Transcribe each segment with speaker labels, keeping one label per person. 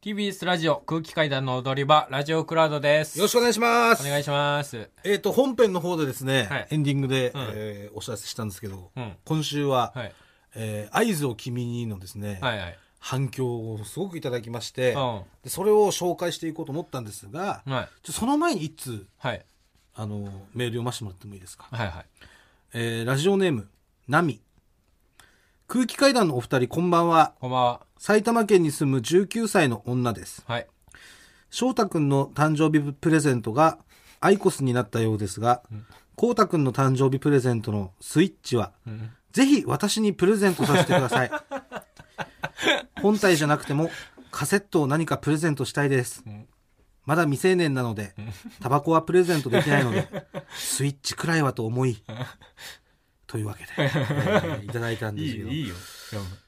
Speaker 1: TBS ラジオ空気階段の踊り場ラジオクラウドです
Speaker 2: よろしくお願いします。
Speaker 1: お願いします
Speaker 2: えっ、と、本編の方でですね、
Speaker 1: はい
Speaker 2: エンディング
Speaker 1: ん
Speaker 2: で、えーお知らせしたんですけど、
Speaker 1: うん
Speaker 2: 今週は、
Speaker 1: はい
Speaker 2: えー合図を君にのですね、
Speaker 1: はいはい
Speaker 2: 反響をすごくいただきまして、
Speaker 1: うん
Speaker 2: で、それを紹介していこうと思ったんですが、
Speaker 1: はい
Speaker 2: ちょその前に一通、
Speaker 1: はい
Speaker 2: あの、メール読ませてもらってもいいですか。
Speaker 1: はいはい
Speaker 2: えーラジオネーム、ナミ。空気階段のお二人、こんばんは。
Speaker 1: こんばんは
Speaker 2: 埼玉県に住む19歳の女です。
Speaker 1: はい
Speaker 2: 翔太くんの誕生日プレゼントがアイコスになったようですが、こうたくんの誕生日プレゼントのスイッチは、ぜひ私にプレゼントさせてくださ い。本体じゃなくてもカセットを何かプレゼントしたいです。まだ未成年なので、タバコはプレゼントできない ので、スイッチくらいはと思い、というわ けで、えーいただいたん
Speaker 1: い
Speaker 2: です
Speaker 1: い
Speaker 2: けど、
Speaker 1: いいよ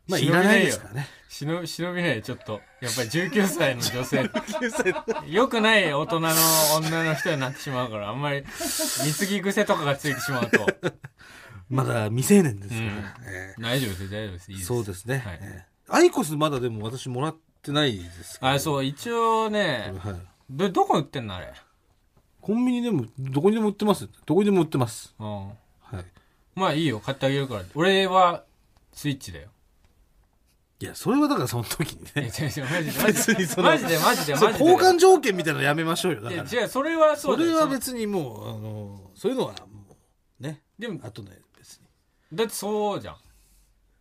Speaker 2: まあ、
Speaker 1: で
Speaker 2: い
Speaker 1: も
Speaker 2: らないで
Speaker 1: よ
Speaker 2: すからね。
Speaker 1: 忍び忍びないちょっとやっぱり19歳の女 性よくない大人の女の人になってしまうからあんまり貢ぎ癖とかがついてしまう と
Speaker 2: まだ未成年ですか
Speaker 1: う
Speaker 2: ら、
Speaker 1: ん
Speaker 2: えー
Speaker 1: 大丈夫です大丈夫ですいいです
Speaker 2: そうですね、
Speaker 1: はい
Speaker 2: ええアイコスまだでも私もらってないですけど
Speaker 1: あそう一応ね
Speaker 2: はい、
Speaker 1: どどこ売ってんのあれ
Speaker 2: コンビニでもどこにでも売ってますどこにでも売ってます
Speaker 1: うん
Speaker 2: はい
Speaker 1: まあいいよ買ってあげるから俺はスイッチだよ
Speaker 2: いやそれはだからその時に
Speaker 1: いや
Speaker 2: ね
Speaker 1: 違う違うマジでマジ
Speaker 2: 別にそ
Speaker 1: で
Speaker 2: の
Speaker 1: マジでマジで
Speaker 2: そ
Speaker 1: マ
Speaker 2: れ
Speaker 1: ジで
Speaker 2: 交換条件みたいなのやめましょうよだ
Speaker 1: い
Speaker 2: から
Speaker 1: や違うそれはそ
Speaker 2: そう
Speaker 1: だ
Speaker 2: れ
Speaker 1: よ
Speaker 2: は
Speaker 1: の
Speaker 2: 別にもうあのそういうのはもうね
Speaker 1: でも
Speaker 2: あとね別に
Speaker 1: だってそうじゃん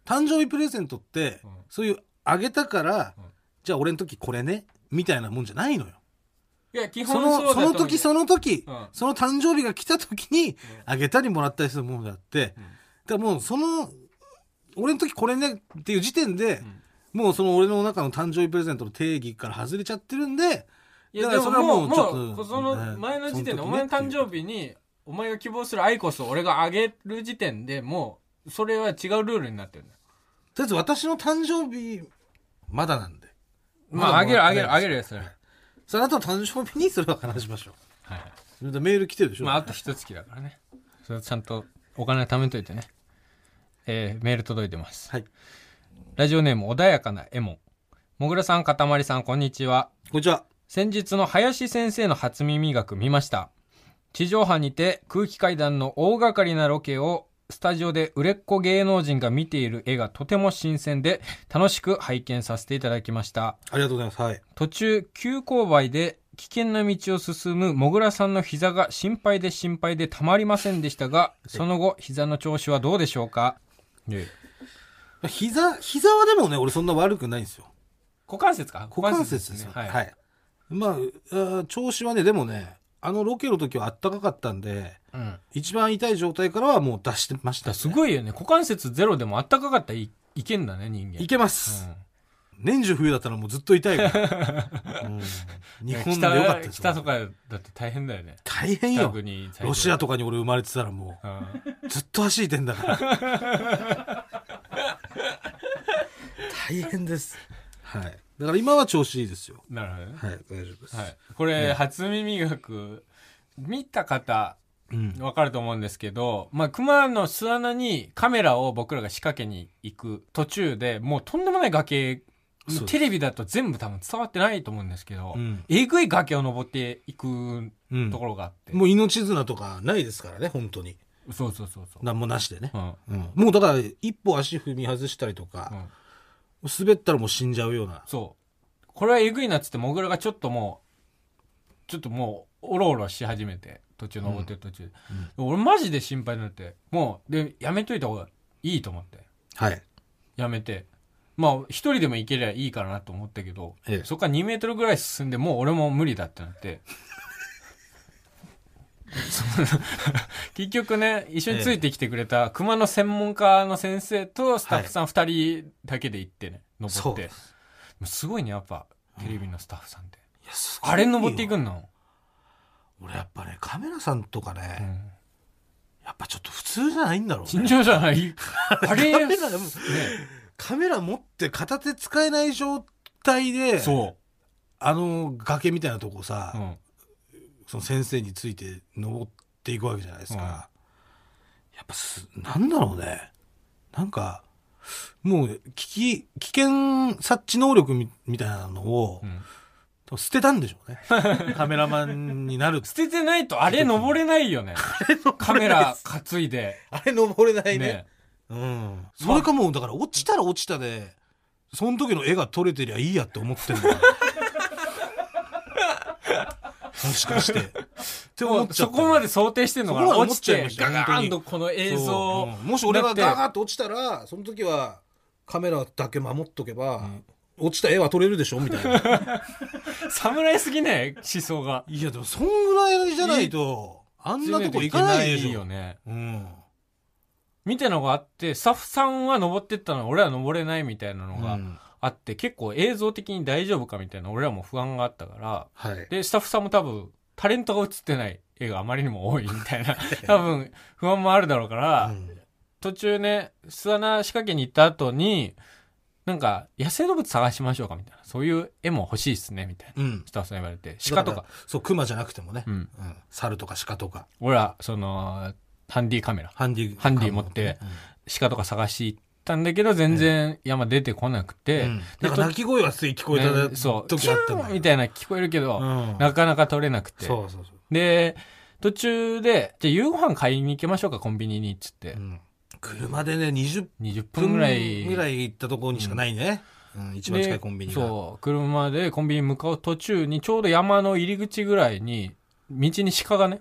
Speaker 2: 誕生日プレゼントって、
Speaker 1: うん
Speaker 2: そういうあげたから、
Speaker 1: うん
Speaker 2: じゃあ俺の時これねみたいなもんじゃないのよ
Speaker 1: いや基本
Speaker 2: そ
Speaker 1: う
Speaker 2: の
Speaker 1: だ
Speaker 2: そ
Speaker 1: と思
Speaker 2: の
Speaker 1: う
Speaker 2: 時その時、
Speaker 1: うん
Speaker 2: その誕生日が来た時にあげたりもらったりするものであって、
Speaker 1: ん
Speaker 2: だからもうその俺の時これねっていう時点で、もうその俺の中の誕生日プレゼントの定義から外れちゃってるんで
Speaker 1: いや
Speaker 2: だ
Speaker 1: で
Speaker 2: から
Speaker 1: も
Speaker 2: それは
Speaker 1: もう
Speaker 2: もうちょっと
Speaker 1: もうその前の時点でお前の誕
Speaker 2: 日
Speaker 1: 生日にお前が希望するアイコスを俺があげる時点でもうそれは違うルールになってるんだよ
Speaker 2: とりあえず私の誕生日まだなんで
Speaker 1: まあ
Speaker 2: まあ
Speaker 1: あげるあげる
Speaker 2: もら
Speaker 1: あ
Speaker 2: って
Speaker 1: げ
Speaker 2: ない
Speaker 1: るよそ
Speaker 2: で
Speaker 1: れはい
Speaker 2: それあとは誕生日にそれは話しましょ
Speaker 1: は
Speaker 2: うでメール来てるでし
Speaker 1: い
Speaker 2: ょ、
Speaker 1: まああと一月だからねそれちゃんとお金貯めといてねえーメール届いてます
Speaker 2: はい
Speaker 1: ラジオネーム穏やかなエモンもぐらさんかたまりさんこんにちは
Speaker 2: こんにちは
Speaker 1: 先日の林先生の初耳学見ました地上波にて空気階段の大掛かりなロケをスタジオで売れっ子芸能人が見ている絵がとても新鮮で楽しく拝見させていただきました
Speaker 2: ありがとうございますはい
Speaker 1: 途中急勾配で危険な道を進むもぐらさんの膝が心配で心配でたまりませんでしたがその後膝の調子はどうでしょうか
Speaker 2: 膝膝はでもね俺そんな悪くないんですよ
Speaker 1: 股関節か
Speaker 2: 股関節ですよ。
Speaker 1: は、
Speaker 2: はいい。まああー、調子はね、でもね、あのロケの時はあったかかったんで、
Speaker 1: うん
Speaker 2: 一番痛い状態からはもう出してまし
Speaker 1: だか
Speaker 2: た、
Speaker 1: らすごいよね股関節ゼロでもあったかかったらいいけんだね人間
Speaker 2: いけま
Speaker 1: う
Speaker 2: す、
Speaker 1: ん
Speaker 2: 年中冬だったらもうずっと痛 いから。うん日本でよかったです。
Speaker 1: 北北とかだって大変だよね
Speaker 2: 大変
Speaker 1: 北
Speaker 2: よ。
Speaker 1: 国に
Speaker 2: ロシア
Speaker 1: と
Speaker 2: とかに俺生まれてたらも
Speaker 1: か、
Speaker 2: う、ずっと足痛いんだから。 大変です。はい。だから今は調子いいですよ。
Speaker 1: うん、なるほどね、
Speaker 2: はい、大丈夫です。
Speaker 1: はい、これ、初耳学見た方
Speaker 2: うん。
Speaker 1: わかると思うんですけど、まあ、熊の巣穴にカメラを僕らが仕掛けに行く途中でもうとんでもない崖
Speaker 2: そうです
Speaker 1: テレビだと全部多分伝わってないと思うんですけど、
Speaker 2: うん
Speaker 1: えぐい崖を登っていく
Speaker 2: うん
Speaker 1: ところがあって、
Speaker 2: もう命綱とかないですからね、本当に。
Speaker 1: そうそうそうそう、
Speaker 2: 何もなしでね
Speaker 1: う、ん
Speaker 2: うんもうだから一歩足踏み外したりと
Speaker 1: う
Speaker 2: か、
Speaker 1: ん、
Speaker 2: 滑ったらもう死んじゃうような
Speaker 1: そう。これはえぐいなっつって、モグラがちょっともう、ちょっともう、おろおろし始めて、途中登ってる途中で、俺マジで心配になって、もう、で、やめといた方がいいと思って、
Speaker 2: はい
Speaker 1: やめて。まあ、一人でも行けりゃいいかなと思ったけど、
Speaker 2: ええ
Speaker 1: そっから2メートルぐらい進んで、もう俺も無理だってな って。その結局ね、一緒についてきてくれた熊の専門家の先生とスタッフさん2人だけで行ってね、登
Speaker 2: そ
Speaker 1: っ
Speaker 2: う
Speaker 1: て
Speaker 2: で。す
Speaker 1: もうすごいねやっぱテレビのスタッフさんって、
Speaker 2: いやす
Speaker 1: あれ登っていく
Speaker 2: の
Speaker 1: んの、
Speaker 2: 俺やっぱねカメラさんとかね、
Speaker 1: うん、
Speaker 2: やっぱちょっと普通じゃないんだろう、
Speaker 1: 尋
Speaker 2: ね、
Speaker 1: 常じゃない あれ
Speaker 2: カメ
Speaker 1: ね
Speaker 2: ラカメラ持って片手使えない状態で
Speaker 1: そ
Speaker 2: あの崖みたいなとこ
Speaker 1: う、う
Speaker 2: さ、
Speaker 1: ん、
Speaker 2: その先生について登っていくわけじゃないですか、やっぱすなんだろうねなんかもう、危機、危険察知能力みみたいなのを
Speaker 1: う、ん
Speaker 2: 多分捨てたんでしょ うね。カメラマンになる。
Speaker 1: 捨ててないとあれ登れないよね。カメラ担いで。
Speaker 2: あれ登れないね。
Speaker 1: ね。
Speaker 2: うん。それかもう、だから落ちたら落ちたで、その時の絵が撮れてりゃいいやって思って んだよ。もしか して。って思
Speaker 1: も
Speaker 2: っ
Speaker 1: う
Speaker 2: ち
Speaker 1: そ
Speaker 2: ゃった
Speaker 1: こまで想定してんのかな
Speaker 2: そこま
Speaker 1: 落
Speaker 2: で思っ
Speaker 1: ち
Speaker 2: ちゃい
Speaker 1: て
Speaker 2: まし、た
Speaker 1: ガガーンとこの映像を
Speaker 2: そううんもし俺が
Speaker 1: だって
Speaker 2: ガーッと落ちたらその時はカメラだけ守っとけば、落ちた絵は撮れるでしょみたいな
Speaker 1: 侍すぎない思想が。
Speaker 2: いやでもそんぐらいじゃない とあんなとこ行かないでしょ
Speaker 1: よね。
Speaker 2: うん、
Speaker 1: みたいなのがあって、スタッフさんは登ってったのに俺は登れないみたいなの
Speaker 2: う
Speaker 1: が
Speaker 2: ん
Speaker 1: あって、結構映像的に大丈夫かみたいな俺らも不安があったから、
Speaker 2: はい
Speaker 1: で、スタッフさんも多分、タレントが映ってない絵があまりにも多いみ たいな、多分不安もあるだろうから、
Speaker 2: うん
Speaker 1: 途中ね、巣穴仕掛けに行った後に、なんか、野生動物探しましょうかみたいな、そういう絵も欲しいっすね、みたいな、
Speaker 2: うん
Speaker 1: スタッフさんに言われて、鹿と
Speaker 2: だ
Speaker 1: か
Speaker 2: ら、そう熊じゃなくてもね、
Speaker 1: う
Speaker 2: うん
Speaker 1: ん、
Speaker 2: 猿とか鹿とか
Speaker 1: 俺ら、その、ハンディカメラ、
Speaker 2: ハンディ
Speaker 1: ハンディ持って鹿とか探し行ったんだけど、全然山出てこなく
Speaker 2: うん
Speaker 1: て、
Speaker 2: うん
Speaker 1: で
Speaker 2: なんか鳴き声はつい聞こえた
Speaker 1: ねそう、
Speaker 2: 時あっ
Speaker 1: キ
Speaker 2: た
Speaker 1: ューンみ
Speaker 2: い
Speaker 1: たいな聞こえるけど、
Speaker 2: な、うん、
Speaker 1: なかなか取れなくて。
Speaker 2: そうそうそう、
Speaker 1: で、途中で、じゃあ夕ご飯買いに行きましょうか、コンビニに、っつって
Speaker 2: う。ん車でね20
Speaker 1: 20分
Speaker 2: 分
Speaker 1: ぐ
Speaker 2: ぐ
Speaker 1: ら
Speaker 2: ら
Speaker 1: い。
Speaker 2: い行ったところにしかないね、うん一番近いコンビニが
Speaker 1: でそう、車でコンビニ向かう途中に、ちょうど山の入り口ぐらいに、道に鹿がね、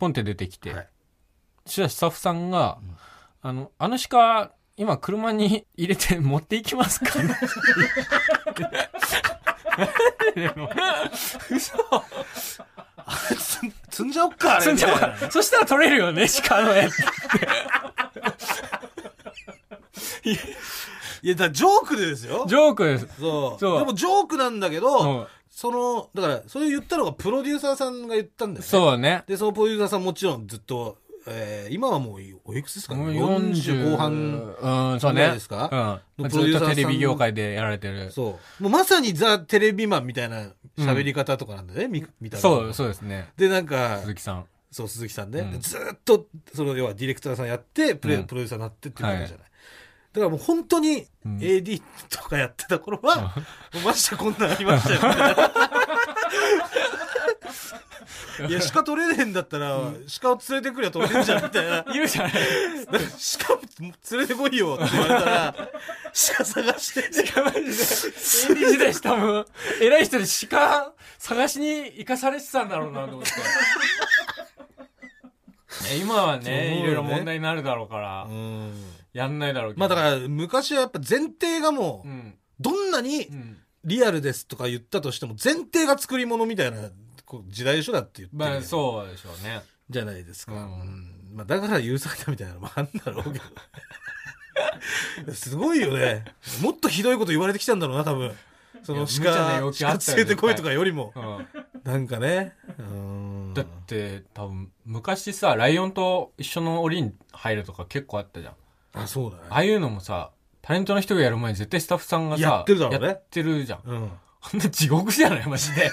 Speaker 1: ポンって出てきて、
Speaker 2: はい
Speaker 1: そしたらスタッフさんが、
Speaker 2: うん
Speaker 1: あの、あの鹿、今車に入れて持っていきますかでも嘘
Speaker 2: つん積んじゃおっ かあれ
Speaker 1: そんじ
Speaker 2: みたいな
Speaker 1: ゃそしたら取れる よね、鹿の絵って。
Speaker 2: いやだからジョークでですよ
Speaker 1: ジョークです。
Speaker 2: そう
Speaker 1: そう
Speaker 2: でもジョークなんだけ
Speaker 1: う
Speaker 2: ど、
Speaker 1: ん
Speaker 2: そのだからそれを言ったのがプロデューサーさんが言ったんだよね
Speaker 1: そうね。
Speaker 2: でそのプロデューサーさんもちろんずっと、えー今はもうおいくつですかね
Speaker 1: もう
Speaker 2: 40後半、
Speaker 1: 半。うん、そう
Speaker 2: ぐら
Speaker 1: ね。
Speaker 2: いですか
Speaker 1: うん。
Speaker 2: の
Speaker 1: ず
Speaker 2: プロデュー
Speaker 1: っ
Speaker 2: サー
Speaker 1: と
Speaker 2: さ
Speaker 1: テ
Speaker 2: ん
Speaker 1: レビ業界でやられてる。
Speaker 2: そうもうまさにザ・テレビマンみたいな喋り方とかなんだね、み見た目
Speaker 1: そう、そうですね。
Speaker 2: でなんか
Speaker 1: 鈴木さん。
Speaker 2: そう鈴木さんね、
Speaker 1: うん
Speaker 2: ずーっとその要はディレクターさんやってプレ、
Speaker 1: うん
Speaker 2: プロデューサーになってっていう感じじゃない、だからもう本当に
Speaker 1: うん
Speaker 2: AD とかやってた頃は、もうマジでこんなんありましたよ、 ね、いや鹿取れねえんだったら、鹿を連れてくりゃ取れんじゃんみたい な
Speaker 1: いるじゃない。
Speaker 2: 鹿連れてこいよって言われたら鹿探して
Speaker 1: 鹿マジで。AD 時代多分、偉い人で鹿探しに行かされてたんだろうなと思って。ね 今は
Speaker 2: そう思うよ
Speaker 1: ね、
Speaker 2: ね
Speaker 1: いろいろ問題になるだろうから
Speaker 2: う、ん
Speaker 1: やんないだろうけど。
Speaker 2: まあだから昔はやっぱ前提がもう、
Speaker 1: うん。
Speaker 2: どんなに
Speaker 1: うん。
Speaker 2: リアルですとか言ったとしても前提が作り物みたいなこう時代でしょだって言ってる、
Speaker 1: まあ、そうでしょうね。
Speaker 2: じゃないですか、
Speaker 1: う
Speaker 2: うんんまあ、だから許されたみたいなのもあんだろうけど すごいよねもっとひどいこと言われてきたんだろうな多分そ
Speaker 1: いや
Speaker 2: の
Speaker 1: 無茶な要
Speaker 2: 鹿
Speaker 1: 求あ
Speaker 2: 鹿
Speaker 1: ったよ
Speaker 2: つ
Speaker 1: ね
Speaker 2: けてこいとかよりも
Speaker 1: うん。
Speaker 2: なんかねうん
Speaker 1: だって、多分、昔さ、ライオンと一緒の檻に入るとか結構あったじゃん。
Speaker 2: あそうだね
Speaker 1: ああいうのもさ、タレントの人がやる前に絶対スタッフさんがさ、
Speaker 2: やってるだろうね
Speaker 1: やってるじゃん。
Speaker 2: うん
Speaker 1: こんな地獄じゃ ないマジで。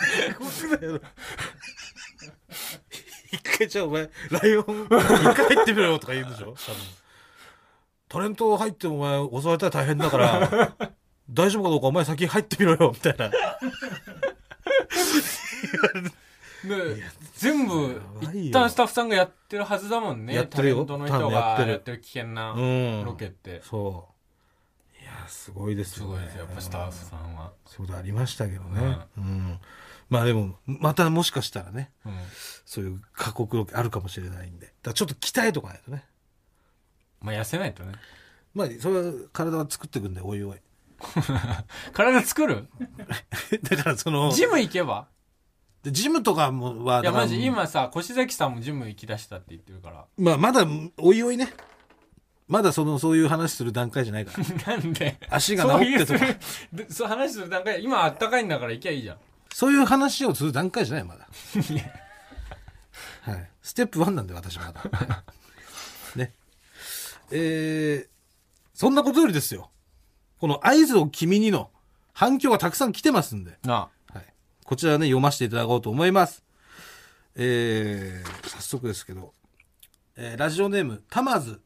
Speaker 2: 一回じゃあお前ライオン一回入ってみろよとか言うんでしょ多分タレント入ってお前襲われたら大変だから 大丈夫かどうかお前先入ってみろよみたいな
Speaker 1: ね全部
Speaker 2: やばいよ
Speaker 1: 一旦スタッフさんがやってるはずだもんね
Speaker 2: やってるよ
Speaker 1: タレントの人
Speaker 2: 多分や
Speaker 1: が
Speaker 2: ってる
Speaker 1: やってる危険な
Speaker 2: うん
Speaker 1: ロケって、
Speaker 2: そういやすごいです
Speaker 1: す
Speaker 2: よね
Speaker 1: ごいですよやっぱスタッフさんは、
Speaker 2: そういうことありましたけどねうん、まあでもまたもしかしたらね
Speaker 1: うん
Speaker 2: そういう過酷ロケあるかもしれないんでだからちょっと鍛えとかないとね
Speaker 1: まあ痩せないとね
Speaker 2: まあそれは体は作っていくんでおいお い
Speaker 1: 体作る
Speaker 2: だからその
Speaker 1: ジム行けば
Speaker 2: でジムとかもはい
Speaker 1: や
Speaker 2: だから
Speaker 1: マジ今さ越崎さんもジム行きだしたって言ってるか
Speaker 2: まあ、まだ、おいおいね。まだその、そういう話する段階じゃない から。
Speaker 1: らなんで
Speaker 2: 足が治ってとか
Speaker 1: そう。いうそう話する段階今あったかいんだから行きゃいいじゃん
Speaker 2: そういう話をする段階じゃない、まだ。 はい。ステップ1なんで、私ま だ。はいね。えー、そんなことよりですよ。この合図を君にの反響がたくさん来てますんで。
Speaker 1: な
Speaker 2: はい、こちらね、読ませていただこうと思います。えー、早速ですけど、えーラジオネーム、たまず。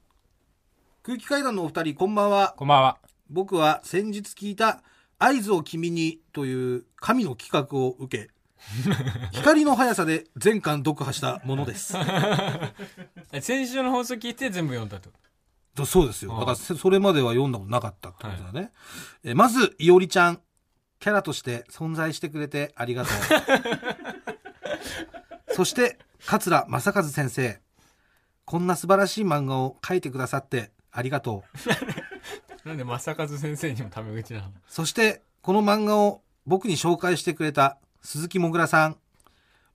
Speaker 2: 空気階段のお二人、こんばんは。
Speaker 1: こんばんは。
Speaker 2: 僕は先日聞いた合図を君にという神の企画を受け、光の速さで全巻読破したものです。
Speaker 1: え先週の放送聞いて全部読んだと。
Speaker 2: だそうですよ。
Speaker 1: ああ
Speaker 2: だからせそれまでは読んだことなかったってことだね。えまず、いおりちゃん。キャラとして存在してくれてありがとう。そして、桂正和先生。こんな素晴らしい漫画を書いてくださってありがとう。
Speaker 1: なんで正和先生にもタメ口なの
Speaker 2: そして、この漫画を僕に紹介してくれた鈴木もぐらさん。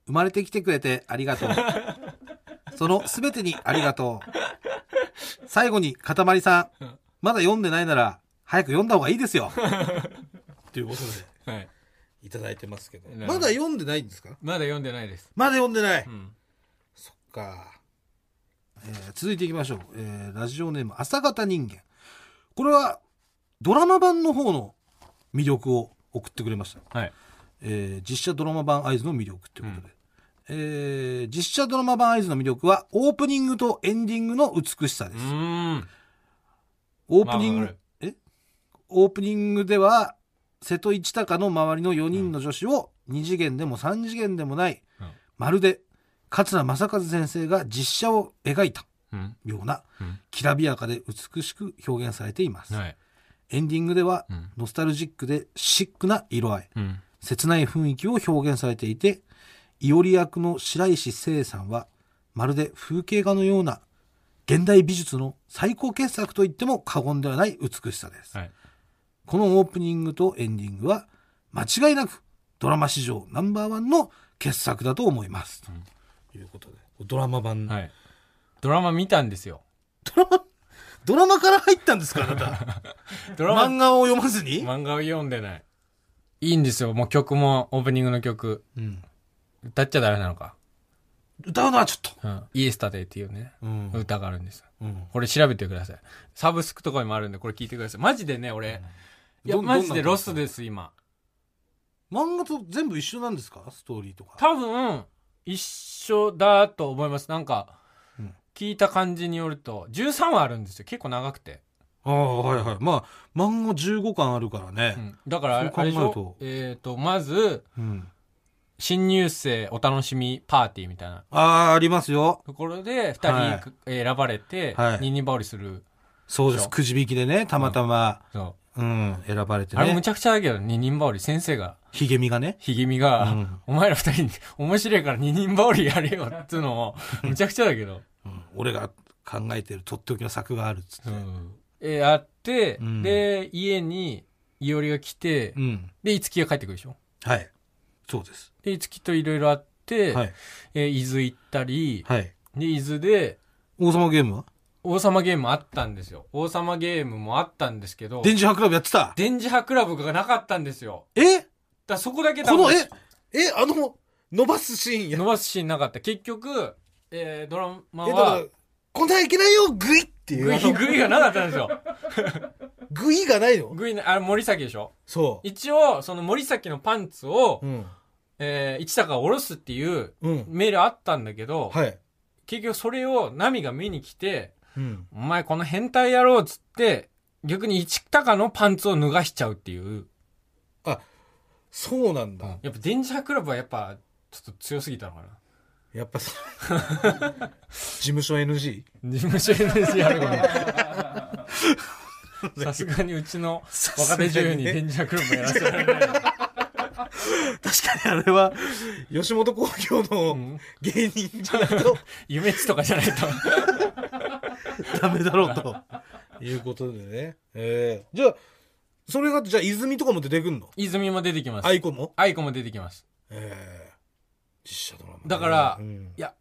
Speaker 2: 生まれてきてくれてありがとう。そのすべてにありがとう。最後に、かたまりさん。まだ読んでないなら、早く読んだ方がいいですよ。ということで、
Speaker 1: はい。
Speaker 2: いただいてますけど
Speaker 1: なるほ
Speaker 2: ま
Speaker 1: ど
Speaker 2: だ読んでないんですか
Speaker 1: まだ読んでないです。
Speaker 2: まだ読んでない。
Speaker 1: うん。
Speaker 2: そっか。えー続いていきましょう。えーラジオネーム、朝方人間。これは、ドラマ版の方の魅力を送ってくれました。
Speaker 1: はい。
Speaker 2: えー実写ドラマ版合図の魅力ということで、えー実写ドラマ版合図の魅力はオープニングとエンディングの美しさで
Speaker 1: う
Speaker 2: す、
Speaker 1: ーん。
Speaker 2: オープニン
Speaker 1: ま
Speaker 2: グ、
Speaker 1: あわかる
Speaker 2: えオープニングでは瀬戸一貴の周りの4人の女子を2次元でも3次元でもない、
Speaker 1: うん
Speaker 2: まるで桂正和先生が実写を描いた
Speaker 1: うん。
Speaker 2: ような
Speaker 1: うん
Speaker 2: きらびやかで美しく表現されています、
Speaker 1: はい。
Speaker 2: エンディングでは
Speaker 1: うん。
Speaker 2: ノスタルジックでシックな色合い
Speaker 1: うん。
Speaker 2: 切ない雰囲気を表現されていていおり役の白石聖さんはまるで風景画のような現代美術の最高傑作と言っても過言ではない美しさです、
Speaker 1: はい。
Speaker 2: このオープニングとエンディングは間違いなくドラマ史上ナンバーワンの傑作だと思います、
Speaker 1: ん
Speaker 2: ということでドラマ版の、
Speaker 1: はい。ドラマ見たんですよ。
Speaker 2: ドラマから入ったんですかあな た
Speaker 1: ドラマ、
Speaker 2: 漫画を読まずに、
Speaker 1: 漫画を読んでない。いいんですよ。もう曲も、オープニングの曲。
Speaker 2: うん
Speaker 1: 歌っちゃダメなのか。
Speaker 2: 歌うのはちょっ
Speaker 1: うん。イエスタデイっていうね、
Speaker 2: と、うん
Speaker 1: 歌があるんです。
Speaker 2: うん
Speaker 1: これ調べてください。サブスクとかにもあるんで、これ聞いてください。マジでね、俺。いや、
Speaker 2: どん
Speaker 1: マジで
Speaker 2: どんなの
Speaker 1: ロスです、今。
Speaker 2: 漫画と全部一緒なんですかストーリーとか
Speaker 1: 多分、一緒だと思います。なんか
Speaker 2: うん、
Speaker 1: 聞いた感じによると、13話あるんですよ。結構長くて。
Speaker 2: ああ、はいはい。まあ、漫画15巻あるから
Speaker 1: う
Speaker 2: ね。
Speaker 1: んだからあれ、
Speaker 2: そう考えると
Speaker 1: あれでしょえっと、まず、
Speaker 2: うん。
Speaker 1: 新入生お楽しみパーティーみたいな
Speaker 2: ああ、ありますよ。
Speaker 1: ところで、
Speaker 2: は
Speaker 1: 2
Speaker 2: い
Speaker 1: 人選ばれて
Speaker 2: は、い
Speaker 1: ニンニンバりする。
Speaker 2: そうで
Speaker 1: そ
Speaker 2: す。
Speaker 1: う
Speaker 2: くじ引きでね、たまたま、
Speaker 1: そ
Speaker 2: うん、選ばれて
Speaker 1: うあれむ
Speaker 2: ね。
Speaker 1: ちゃくちゃだけど、ニンニンバり先生が、
Speaker 2: ひげみがね。
Speaker 1: ひげみ
Speaker 2: う
Speaker 1: が
Speaker 2: ん、
Speaker 1: お前ら二人、面白いから二人羽織やれよっつうの も、むちゃくちゃだけど。
Speaker 2: うん俺が考えてるとっておきの作があるっつって。
Speaker 1: え、あって、
Speaker 2: うん
Speaker 1: で、家に、いおりが来て
Speaker 2: う、ん。
Speaker 1: で、いつきが帰ってくるでしょ。
Speaker 2: はい。そうです。
Speaker 1: で、いつきといろいろあって、
Speaker 2: はい。
Speaker 1: えー伊豆行ったり、
Speaker 2: はい。
Speaker 1: で、伊豆で、
Speaker 2: 王様ゲームは
Speaker 1: 王様ゲームあったんですよ。王様ゲームもあったんですけど、
Speaker 2: 電磁波クラブやってた
Speaker 1: 電磁波クラブがなかったんですよ。
Speaker 2: え
Speaker 1: だからそこだけ多
Speaker 2: こ
Speaker 1: 分
Speaker 2: の、え、え、あの、伸ばすシーンや。
Speaker 1: 伸ばすシーンなかった。結局、えードラマ
Speaker 2: え、だか
Speaker 1: は
Speaker 2: ら、、こんなんいけないよ、グイっていう。
Speaker 1: グ
Speaker 2: あの
Speaker 1: イ、グイがなかったんですよ。
Speaker 2: グイがないの
Speaker 1: グイな、あれ森崎でしょ
Speaker 2: そ
Speaker 1: 一応、その森崎のパンツを、
Speaker 2: う。うん。
Speaker 1: えー、市坂が下ろすっていう
Speaker 2: うん。
Speaker 1: メールあったんだけど、
Speaker 2: はい。
Speaker 1: 結局それをナミが見に来て、
Speaker 2: うん。
Speaker 1: お前この変態野郎っつって、逆に市高のパンツを脱がしちゃうっていう。
Speaker 2: そうなんだ。
Speaker 1: やっぱ電磁波クラブはやっぱ、ちょっと強すぎたのか な。
Speaker 2: やっぱそう事務所 NG?
Speaker 1: 事務所 NG やるかも。さすがにうちの若手女優に電磁波クラブやらせられない。
Speaker 2: 確かにあれは、吉本興業
Speaker 1: う
Speaker 2: の
Speaker 1: ん
Speaker 2: 芸人じゃないと
Speaker 1: 夢っちとかじゃないと。
Speaker 2: ダメだろうと。 いうことでね。えー、じゃあ、それが、じゃあ泉とかも出てくんの
Speaker 1: 泉も出てきます
Speaker 2: ア。イコも
Speaker 1: アイコも出てきます。
Speaker 2: えー、実写ドラマね、
Speaker 1: だから
Speaker 2: うん
Speaker 1: いや、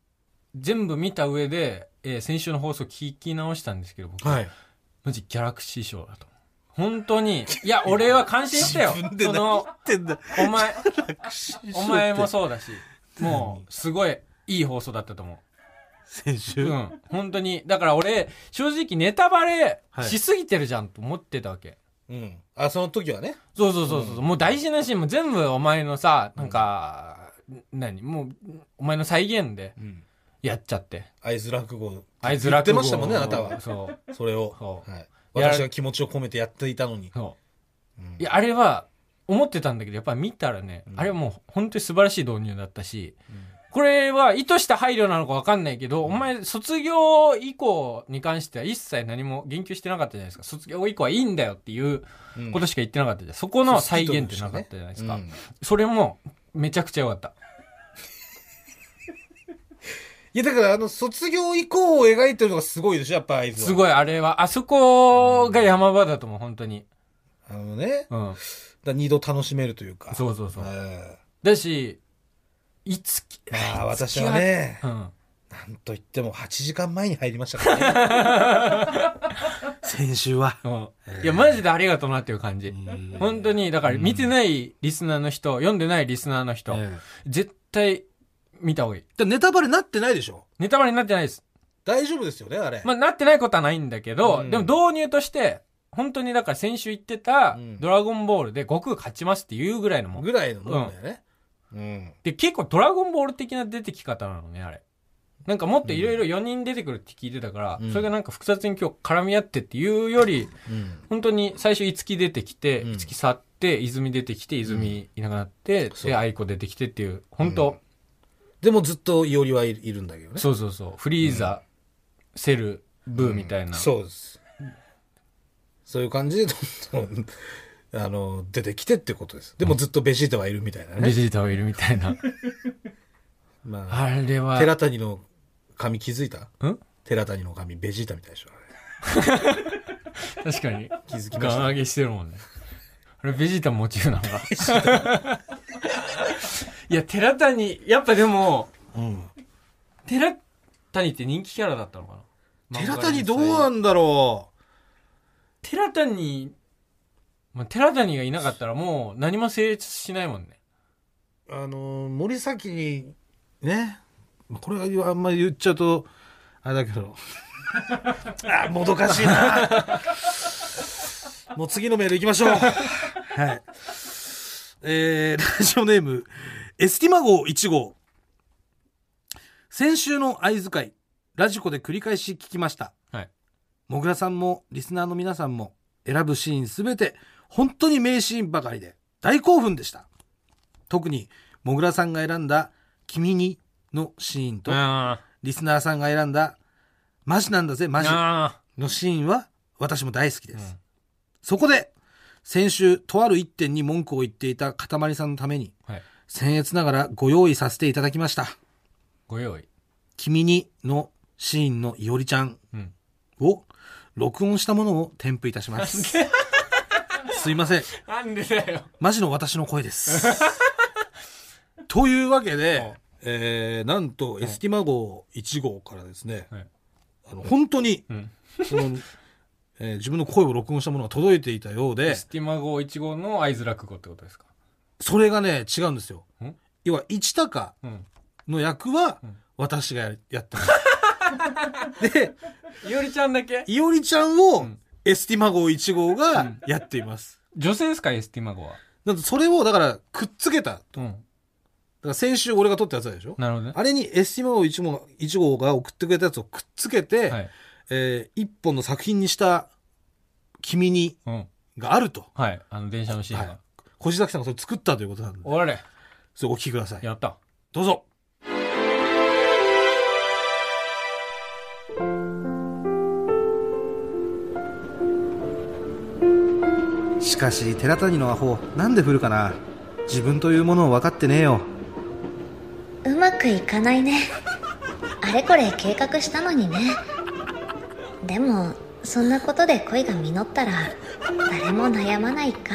Speaker 1: 全部見た上で、えー先週の放送聞き直したんですけど、僕、
Speaker 2: はい。
Speaker 1: マジギャラクシー賞だと思う。本当に、いや、俺は感心したよ。
Speaker 2: 自分で
Speaker 1: そ
Speaker 2: 何
Speaker 1: の
Speaker 2: 言、ってんだ。
Speaker 1: お前、 お前も
Speaker 2: 楽勝って
Speaker 1: そうだし、もう、すごい、いい放送だったと思う。
Speaker 2: 先週、
Speaker 1: うん。本当に。だから俺、正直ネタバレ
Speaker 2: はい
Speaker 1: しすぎてるじゃんと思ってたわけ。
Speaker 2: うん。あ、その時はね。
Speaker 1: そうそうそうそう。もう大事なシーンも全部お前のさ、なんか、何もう、お前の再現で
Speaker 2: うん。
Speaker 1: やっちゃって
Speaker 2: 会津落語
Speaker 1: 会津落語
Speaker 2: 言ってましたもんねあなたは
Speaker 1: そう
Speaker 2: それ を
Speaker 1: そ、う
Speaker 2: はい、
Speaker 1: やら
Speaker 2: 私は気持ちを込めてやっていたのに、
Speaker 1: そう、
Speaker 2: うん
Speaker 1: いやあれは思ってたんだけどやっぱり見たらね、
Speaker 2: うん
Speaker 1: あれはもう本当に素晴らしい導入だったしこれは意図した配慮なのか分かんないけど、お前卒業以降に関しては一切何も言及してなかったじゃないですか卒業以降はいいんだよっていう
Speaker 2: うん
Speaker 1: ことしか言ってなかったじゃん、そこの再現ってなかったじゃないですか、
Speaker 2: うん
Speaker 1: それもめちゃくちゃ良かった
Speaker 2: いやだからあの卒業以降を描いてるのがすごいでしょやっぱ会津は
Speaker 1: すごいあれはあそこが山場だと思う本当に
Speaker 2: あのね
Speaker 1: うん
Speaker 2: だ二度楽しめるというか
Speaker 1: そうそうそう
Speaker 2: え
Speaker 1: だしいつき
Speaker 2: えまあ私はね
Speaker 1: うん
Speaker 2: なんといっても8時間前に入りましたからね 先週は
Speaker 1: うんいやマジでありがとうなっていう感じ、本当
Speaker 2: に
Speaker 1: に、だから見てないリスナーの人、読んでないリスナーの人、絶対見た方がいい。
Speaker 2: ネタバレなってないでしょ
Speaker 1: ネタバレになってないです。
Speaker 2: 大丈夫ですよねあれ、
Speaker 1: まあ、なってないことはないんだけど、
Speaker 2: うん
Speaker 1: でも導入として、本当にだから先週言ってた
Speaker 2: う、ん
Speaker 1: ドラゴンボールで悟空勝ちますっていうぐらいのもん。
Speaker 2: ぐらいのもんだよねうん、
Speaker 1: で、結構ドラゴンボール的な出てき方なのね、あれ。なんかもっといろいろ4人出てくるって聞いてたから、
Speaker 2: うん
Speaker 1: それがなんか複雑に今日絡み合ってっていうより、
Speaker 2: うん
Speaker 1: 本当に最初五木出てきて、
Speaker 2: うん
Speaker 1: 五木去って、泉出てきて、泉いなくなって、
Speaker 2: そう
Speaker 1: で、愛子出てきてっていう、本当、
Speaker 2: でもずっといおりはいいるんだけどね
Speaker 1: そうそうそう。フリーザ、セル、ブーみたいな。
Speaker 2: そうですそういう感じでどんどんあの出てきてってことですでもずっとベジータはいるみたいな
Speaker 1: ベ
Speaker 2: ね、
Speaker 1: ジータもいるみたい な。
Speaker 2: ま
Speaker 1: あれ
Speaker 2: あ、
Speaker 1: は。
Speaker 2: 寺谷の髪気づいた
Speaker 1: ん
Speaker 2: 寺谷の髪ベジータみたいでしょあれ
Speaker 1: 確かに。
Speaker 2: 気づきまし
Speaker 1: ガン上げしてるもんね。あれ、ベジータモチーフなのか。 いや、寺谷、やっぱでも、
Speaker 2: た、うん
Speaker 1: 寺谷って人気キャラだったのかな
Speaker 2: 寺谷どうなんんだろ
Speaker 1: 寺谷、まあ、寺谷がいなかったらもう何も成立しないもんね。
Speaker 2: うあの森崎にねこれはあんまり言っちゃうとあれだけど あもどかしい なもう次のメールいきましょうはいえー、ラジオネームエスティマ号1号先週の相遣いラジコで繰り返し聞きました
Speaker 1: はい。
Speaker 2: もぐらさんもリスナーの皆さんも選ぶシーンすべて本当に名シーンばかりで大興奮でした特にもぐらさんが選んだ「君に」のシーンと
Speaker 1: あ
Speaker 2: リスナーさんが選んだ「マジなんだぜマ
Speaker 1: ー
Speaker 2: ジ」
Speaker 1: あ
Speaker 2: のシーンは私も大好きです、
Speaker 1: うん
Speaker 2: そこで先週とある一点に文句を言っていたかたまりさんのために
Speaker 1: ー。はい。
Speaker 2: 僭越ながらご用意させていただきました
Speaker 1: ご用意。
Speaker 2: 「君に」のシーンのいおりちゃん
Speaker 1: うん。
Speaker 2: を録音したものを添付いたしますすいません。
Speaker 1: なんでだよ。
Speaker 2: マジの私の声です。 というわけで、えー、なんと、エスティマ号1号からですね、
Speaker 1: はい
Speaker 2: あの本当に、
Speaker 1: うん。
Speaker 2: その えー自分の声を録音したものが届いていたようで
Speaker 1: ス、ティマ号1号の合図落語ってことですか
Speaker 2: それがね、違うんですよ
Speaker 1: ん。
Speaker 2: 要は、一高
Speaker 1: うん。
Speaker 2: の役は
Speaker 1: うん、
Speaker 2: 私がややっ てます。で、
Speaker 1: いおりちゃんだけ
Speaker 2: いおりちゃんを、
Speaker 1: ん
Speaker 2: エスティマ号1号
Speaker 1: う
Speaker 2: が
Speaker 1: ん
Speaker 2: やっています。
Speaker 1: 女性ですかエスティマ号は。
Speaker 2: なんと、それを、だから、くっつけた。だか
Speaker 1: うん。
Speaker 2: ら、先週俺が撮ったやつあるでしょ
Speaker 1: なるほどね。
Speaker 2: あれにエスティマ号1号1号が送ってくれたやつをくっつけて、
Speaker 1: はい。
Speaker 2: えー一本の作品にした「君に
Speaker 1: うん。」
Speaker 2: があると
Speaker 1: はい。あの、電車のシーン
Speaker 2: は
Speaker 1: が
Speaker 2: い。小崎さんがそれ作ったということなんで
Speaker 1: 終われ。
Speaker 2: それお聞きください
Speaker 1: やった。
Speaker 2: どうぞしかし寺谷のアホなんで振るかな自分というものを分かってねえよ
Speaker 3: うまくいかないねあれこれ計画したのにねでもそんなことで恋が実ったら誰も悩まないか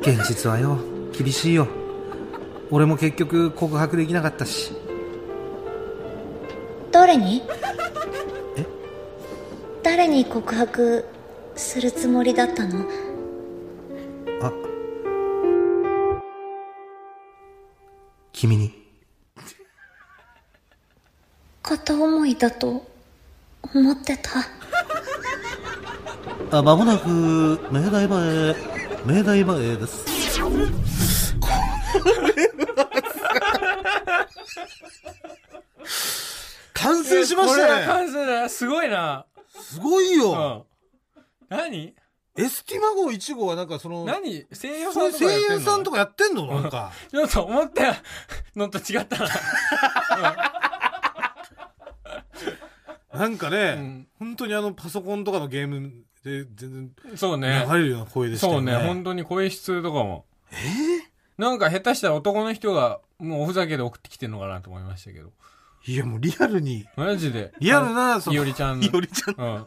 Speaker 2: 現実はよ厳しいよ俺も結局告白できなかったし
Speaker 3: 誰に
Speaker 2: え
Speaker 3: 誰に告白するつもりだったの
Speaker 2: あ君に
Speaker 3: 片思いだと思ってた
Speaker 4: あまもなく明大前明大前 です
Speaker 2: 成しまし
Speaker 1: これは
Speaker 2: たね。
Speaker 1: 完成だ。すごいな。
Speaker 2: すごいよ。
Speaker 1: うん。何
Speaker 2: エスティマ号1号はなんかその、
Speaker 1: 何声優さ
Speaker 2: そ
Speaker 1: んと
Speaker 2: う
Speaker 1: かやってんの
Speaker 2: 声優さんとかやってんのなんか。
Speaker 1: ちょっと思ったのと違ったな。
Speaker 2: なんか
Speaker 1: う
Speaker 2: ね
Speaker 1: ん、
Speaker 2: 本当にあのパソコンとかのゲームで全
Speaker 1: そうね
Speaker 2: 然。流れるような声でした
Speaker 1: そ
Speaker 2: よ
Speaker 1: う
Speaker 2: ね。
Speaker 1: ね、本当に声質とかも。えなんか下手したら男の人がもうおふざけで送ってきてるのかなと思いましたけど。
Speaker 2: いやもうリアルに。
Speaker 1: マジで。
Speaker 2: リアルな、その、
Speaker 1: いおりちゃんの
Speaker 2: いおりちゃん。
Speaker 1: うん。
Speaker 2: あ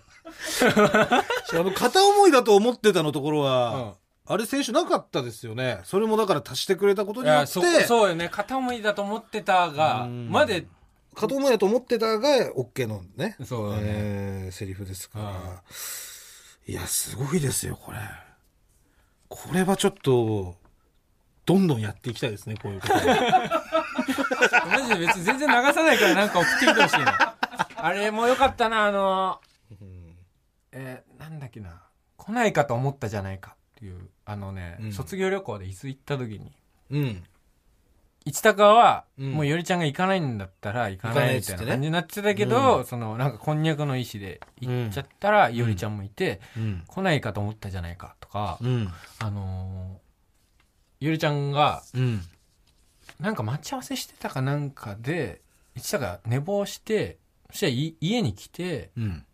Speaker 2: の、片思いだと思ってたのところ
Speaker 1: うん
Speaker 2: は、あれ選手なかったですよね。それもだから足してくれたこと
Speaker 1: い
Speaker 2: によ
Speaker 1: や、
Speaker 2: って、
Speaker 1: そ、そうよね。片思いだと思ってたが、
Speaker 2: うん
Speaker 1: まで、
Speaker 2: 片思いだと思ってたが、OK のね。
Speaker 1: そうだね
Speaker 2: えーセリフですから。いや、すごいですよ、これ。これはちょっと、どんどんやっていきたいですね、こういうこと。
Speaker 1: マジで別に全然流さないからなんか送ってきてほしいな。あれもよかったな、あの、えーなんだっけな。来ないかと思ったじゃないかっていう、あのね、
Speaker 2: うん
Speaker 1: 卒業旅行で伊豆行った時に、
Speaker 2: うん。
Speaker 1: 市高は、
Speaker 2: うん
Speaker 1: もうよりちゃんが行かないんだったら行かないみたいな感じになってたけ
Speaker 2: 行かないっつっ
Speaker 1: ど、
Speaker 2: て
Speaker 1: そのなんかこんにゃくの意思で行っちゃったら、よりちゃんもいて、
Speaker 2: うん。
Speaker 1: 来ないかと思ったじゃないかとか、
Speaker 2: うん。
Speaker 1: あのー、よりちゃんが、
Speaker 2: うん。
Speaker 1: なんか待ち合わせしてたかなんかで、一太が寝坊して、そしたらい家に来て、
Speaker 2: うん。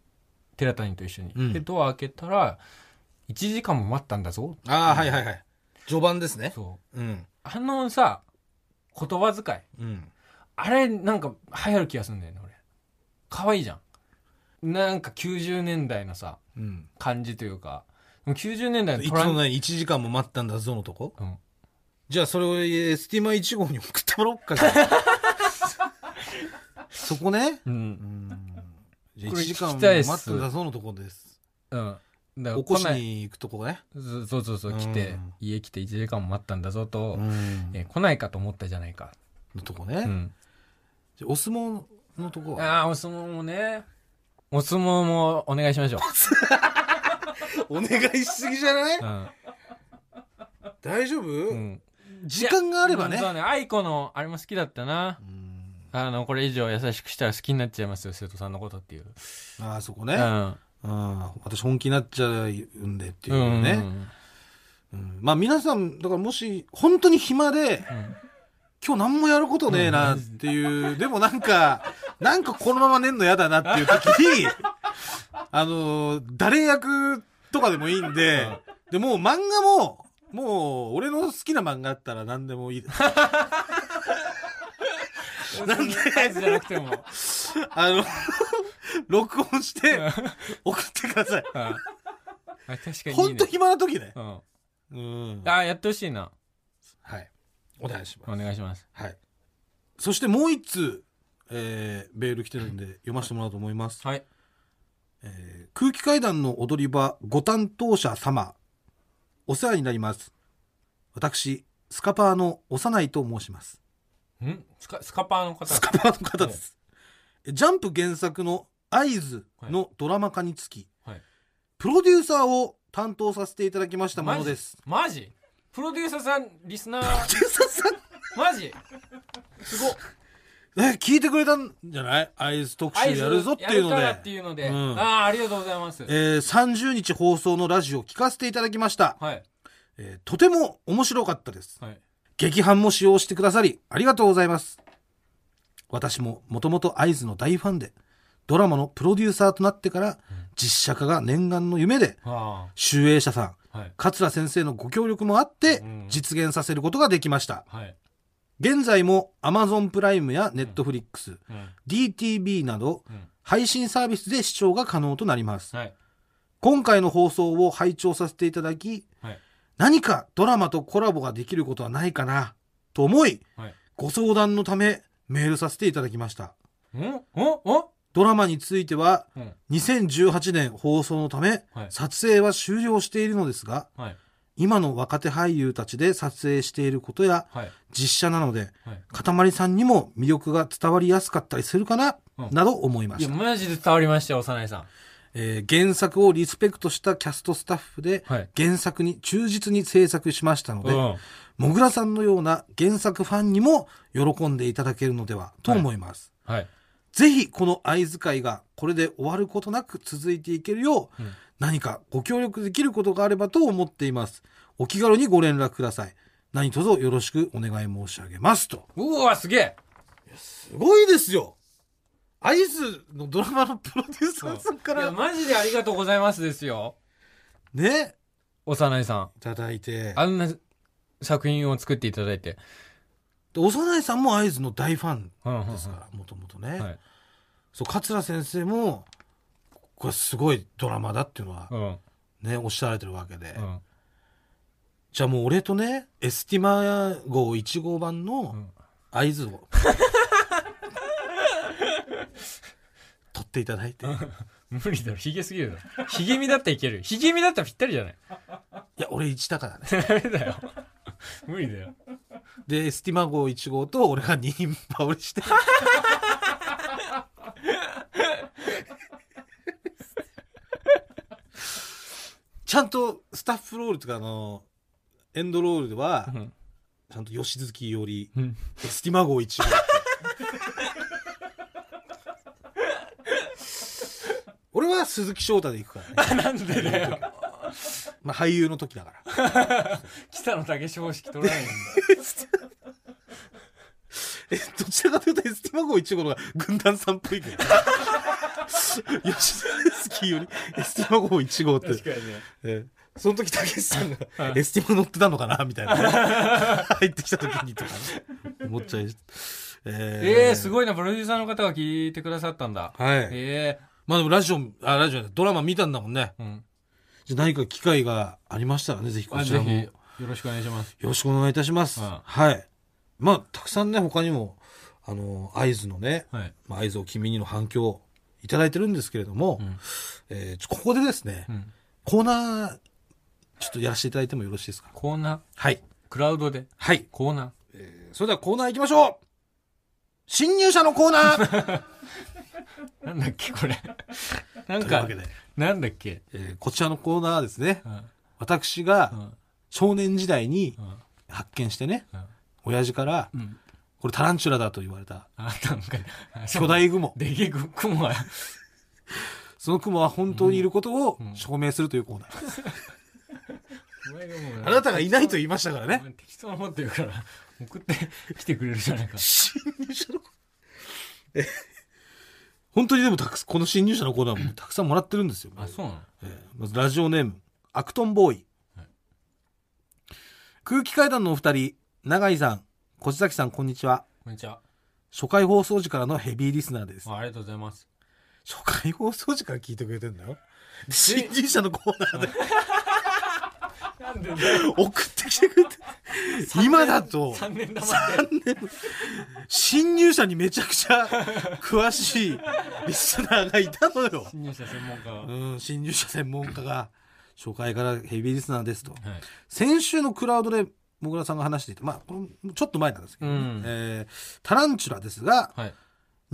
Speaker 1: 寺谷と一緒に。
Speaker 2: うん
Speaker 1: で、ドア開けたら、1時間も待ったんだぞ。
Speaker 2: ああ、はいはいはい。序盤ですね。
Speaker 1: そう。
Speaker 2: うん。
Speaker 1: あのさ、言葉遣い。
Speaker 2: うん。
Speaker 1: あれ、なんか流行る気がするんだよね、俺。可愛いじゃん。なんか90年代のさ、
Speaker 2: うん。
Speaker 1: 感じというか、でも90年代の
Speaker 2: いつ
Speaker 1: トラ
Speaker 2: の
Speaker 1: ン、
Speaker 2: ない1時間も待ったんだぞのとこ
Speaker 1: うん、
Speaker 2: じゃあそれをえースティマ1号に送ってもらおうかじゃ あそこね。
Speaker 1: う、
Speaker 2: うんん。じゃあ
Speaker 1: こ
Speaker 2: 1
Speaker 1: れ
Speaker 2: 時間
Speaker 1: 聞き
Speaker 2: も
Speaker 1: たいっ
Speaker 2: 待っ
Speaker 1: す
Speaker 2: たんだぞのとこです。
Speaker 1: うん。だ
Speaker 2: 起こしに行くとこね。
Speaker 1: そうそうそうそう、来
Speaker 2: う
Speaker 1: て
Speaker 2: ん、
Speaker 1: 家来て1時間も待ったんだぞと、
Speaker 2: うん
Speaker 1: えー来ないかと思ったじゃないか。
Speaker 2: のとこ
Speaker 1: う
Speaker 2: ね。
Speaker 1: ん。
Speaker 2: じゃあお相撲のとこは。
Speaker 1: ああ、お相撲もね。お相撲もお願いしましょう。
Speaker 2: お願いしすぎじゃない
Speaker 1: うん。
Speaker 2: 大丈
Speaker 1: う
Speaker 2: 夫
Speaker 1: ん。
Speaker 2: 時間があればね
Speaker 1: うん。そうね。愛子の、あれも好きだったな
Speaker 2: う。ん
Speaker 1: あの、これ以上優しくしたら好きになっちゃいますよ、生徒さんのことっていう。
Speaker 2: ああ、そこ
Speaker 1: う
Speaker 2: ね。
Speaker 1: ん。
Speaker 2: ああ、私本気になっちゃうんでっていうね。
Speaker 1: ん。
Speaker 2: うんまあ皆さん、だからもし、本当に暇で、
Speaker 1: ん
Speaker 2: 今日何もやることねえなっていう、でもなんか、なんかこのまま寝んの嫌だなっていう時 に、あのー、誰役とかでもいいんで、で、もう漫画も、もう、俺の好きな漫画あったら何でもい い。
Speaker 1: なんでじゃなくて も。
Speaker 2: あの、 録音して、送ってください。
Speaker 1: うんあ確かにいいね。
Speaker 2: 本当暇な時ね。
Speaker 1: うん。
Speaker 2: うん。
Speaker 1: ああ、やってほしいな。
Speaker 2: はい。お願いします。
Speaker 1: お願いします。
Speaker 2: はい。そしてもう一通、えー、メール来てるんで読ませてもらおうと思います。
Speaker 1: はい。
Speaker 2: えー空気階段の踊り場ご担当者様、お世話になります。私、スカパーの幼いと申します。
Speaker 1: んスカ、スカパーの方。
Speaker 2: スカパーの方です。ジャンプ原作の合図のドラマ化につき、
Speaker 1: はい。
Speaker 2: プロデューサーを担当させていただきましたものです。
Speaker 1: マジ。マジプロデューサーさん、リスナー、
Speaker 2: プロデューサーさん
Speaker 1: マジ
Speaker 2: え、聞いてくれたんじゃない合図特集やるぞっていう
Speaker 1: やる
Speaker 2: ので。
Speaker 1: からっていうので。
Speaker 2: うん
Speaker 1: ああ、ありがとうございます。
Speaker 2: えー30日放送のラジオを聞かせていただきました、
Speaker 1: はい。
Speaker 2: えーとても面白かったです
Speaker 1: はい。
Speaker 2: 劇伴も使用してくださりありがとうございます私ももともと会津の大ファンでドラマのプロデューサーとなってから実写化が念願の夢で
Speaker 1: は
Speaker 2: 集英社さん
Speaker 1: あ。はい。
Speaker 2: 桂先生のご協力もあって
Speaker 1: うん
Speaker 2: 実現させることができました
Speaker 1: はい。
Speaker 2: 現在も Amazon プライムや Netflix、
Speaker 1: うん。
Speaker 2: DTV など
Speaker 1: うん。
Speaker 2: 配信サービスで視聴が可能となります
Speaker 1: はい。
Speaker 2: 今回の放送を拝聴させていただき
Speaker 1: はい。
Speaker 2: 何かドラマとコラボができることはないかなと思い、
Speaker 1: はい。
Speaker 2: ご相談のためメールさせていただきました。
Speaker 1: んおお
Speaker 2: ドラマについては
Speaker 1: うん。
Speaker 2: 2018年放送のため、
Speaker 1: はい
Speaker 2: 撮影は終了しているのですが、
Speaker 1: はい。
Speaker 2: 今の若手俳優たちで撮影していることや
Speaker 1: はい。
Speaker 2: 実写なので、
Speaker 1: はい。
Speaker 2: かたまりさんにも魅力が伝わりやすかったりするかな、
Speaker 1: うん
Speaker 2: など思いま
Speaker 1: い
Speaker 2: し
Speaker 1: や、
Speaker 2: た、
Speaker 1: マジで伝わりましたよ、幼いさん。
Speaker 2: えー原作をリスペクトしたキャストスタッフで、
Speaker 1: はい
Speaker 2: 原作に忠実に制作しましたので、
Speaker 1: うん。
Speaker 2: もぐらさんのような原作ファンにも喜んでいただけるのではと思います。
Speaker 1: はい。
Speaker 2: ぜひこの愛遣いがこれで終わることなく続いていけるよう、
Speaker 1: うん
Speaker 2: 何かご協力できることがあればと思っています。お気軽にご連絡ください。何卒よろしくお願い申し上げます。と。
Speaker 1: うわ、すげえ
Speaker 2: すごいですよアイスのドラマのプロデューサーさんか
Speaker 1: いや、
Speaker 2: ら
Speaker 1: マジでありがとうございますですよ。
Speaker 2: ね、
Speaker 1: 幼いさん。
Speaker 2: いただいて。
Speaker 1: あんな作品を作っていただいて。
Speaker 2: で幼いさんも会津の大ファン
Speaker 1: うんうんうん
Speaker 2: ですからもともとね、
Speaker 1: はい。
Speaker 2: そう桂先生もこれすごいドラマだっていうのは
Speaker 1: うん。
Speaker 2: ね、おっしゃられてるわけで、
Speaker 1: うん。
Speaker 2: じゃあもう俺とねエスティマ号1号版の
Speaker 1: ん
Speaker 2: 会津を、 撮っていただいてい
Speaker 1: 無理だろ、ヒゲすぎるだろ。ヒゲみだったらいけるよ。ヒゲみだったらぴったりじゃない。
Speaker 2: や俺1だからね
Speaker 1: ダメだよ。無理だよ。
Speaker 2: でエスティマ号1号と俺が二人羽 織してちゃんとスタッフロールとかあのエンドロールでは
Speaker 1: うん
Speaker 2: ちゃんと吉月より
Speaker 1: うん。
Speaker 2: エスティマ号1号って 俺は鈴木翔太で行くからね、
Speaker 1: なんでだよ。
Speaker 2: まあ、俳優の時だから
Speaker 1: 北野武史方式取らないんだ。
Speaker 2: え、どちらかというと、エスティマ号1号の方が軍団さんっぽいけど。吉田スキーより、エスティマ号1号って、
Speaker 1: かにね。
Speaker 2: ええその時、たけしさんが、エスティマ乗ってたのかなみたいなね、入ってきた時にとかね、思っちゃい、え
Speaker 1: ええー、す
Speaker 2: い。
Speaker 1: ごいな、プロデューサーの方が聞いてくださったんだ。
Speaker 2: はい。
Speaker 1: え
Speaker 2: まあでも、ラジオ、あ、ラジオじゃないドラマ見たんだもんね。
Speaker 1: えうん。
Speaker 2: じゃあ何か機会がありましたらね、ぜひこ
Speaker 1: あ
Speaker 2: ちら
Speaker 1: ぜ
Speaker 2: も、
Speaker 1: ひ、よ
Speaker 2: よ
Speaker 1: ろしくお願いします。
Speaker 2: ろしくお願いいたします。
Speaker 1: うん
Speaker 2: はい。まあ、たくさんね、他にも、あの、合図のね、
Speaker 1: はい。
Speaker 2: まあ、合図を君にの反響をいただいてるんですけれども、
Speaker 1: ん
Speaker 2: えーちょここでですね、
Speaker 1: ん
Speaker 2: コーナー、ちょっとやらせていただいてもよろしいですか
Speaker 1: コーナー、
Speaker 2: はい。
Speaker 1: クラウドで、
Speaker 2: はい。
Speaker 1: コーナ
Speaker 2: それではコーナー行きましょう新入社のコーナー
Speaker 1: ー。なんだっけ、これ。なん
Speaker 2: というわ
Speaker 1: か
Speaker 2: け、で、
Speaker 1: なんだっけ。
Speaker 2: えーこちらのコーナーはですね、
Speaker 1: うん。
Speaker 2: 私
Speaker 1: う
Speaker 2: が
Speaker 1: ん。
Speaker 2: 少年時代に
Speaker 1: うん。
Speaker 2: 発見してね、
Speaker 1: うん
Speaker 2: 親父から、
Speaker 1: ん
Speaker 2: これタランチュラだと言われた
Speaker 1: あ、なんか、あそう
Speaker 2: 巨大雲。モ
Speaker 1: でけえ雲は、
Speaker 2: その雲は本当にいることを証明するというコーナー。
Speaker 1: お前がもう
Speaker 2: あなたがいないと言いましたから
Speaker 1: お
Speaker 2: ね。
Speaker 1: 前適当なこと言うから、送ってきてくれるじゃないか。
Speaker 2: 新入社のコーナー。え本当にでもたくさん、この新入社のコーナーもたくさんもらってるんですよ。
Speaker 1: あ、そうなの
Speaker 2: えーまずラジオネーム、アクトンボーイ。空気階段のお二人、永井さん、越崎さん、こんにちは。
Speaker 1: こんにちは。
Speaker 2: 初回放送時からのヘビーリスナーです。
Speaker 1: あありがとうございます。
Speaker 2: 初回放送時から聞いてくれてんだよ。で新入社のコーナーで
Speaker 1: なんで
Speaker 2: 送ってきてくれて。今だと、
Speaker 1: 3年黙って。
Speaker 2: 新入社にめちゃくちゃ詳しいリスナーがいたのよ。
Speaker 1: 新入社専門家は。は
Speaker 2: うん、新入社専門家が、初回からヘビーリスナーですと。
Speaker 1: い。
Speaker 2: 先週のクラウドで、もぐらさんが話していた、まあ、これもちょっと前なんですけどね、
Speaker 1: うん
Speaker 2: えータランチュラですが、
Speaker 1: はい。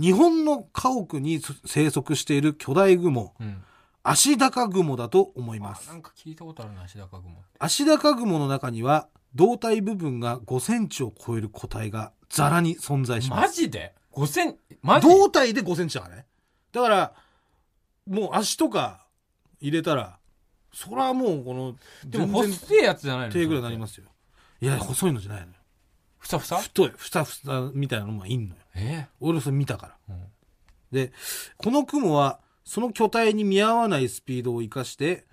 Speaker 2: 日本の家屋に生息している巨大雲
Speaker 1: うん。
Speaker 2: アシダカグモだと思いま
Speaker 1: な
Speaker 2: す。
Speaker 1: んか聞いたことあるな、足高雲。
Speaker 2: アシダカグモの中には、胴体部分が5センチを超える個体がザラに存在します
Speaker 1: マ。ジで ?5000、マジ
Speaker 2: 胴体で5センチだからね。だから、もう足とか入れたら、そらもうこの、
Speaker 1: でも、
Speaker 2: 全然
Speaker 1: 細いやつじゃないの。
Speaker 2: 手ぐらいになりますすよ。いや、細いのじゃないのよ。
Speaker 1: ふさふさ
Speaker 2: 太い、ふさふさみたいなのもいんのよ。
Speaker 1: え
Speaker 2: 俺それ見たから。
Speaker 1: え。うん
Speaker 2: で、この雲は、その巨体に見合わないスピードを生かして、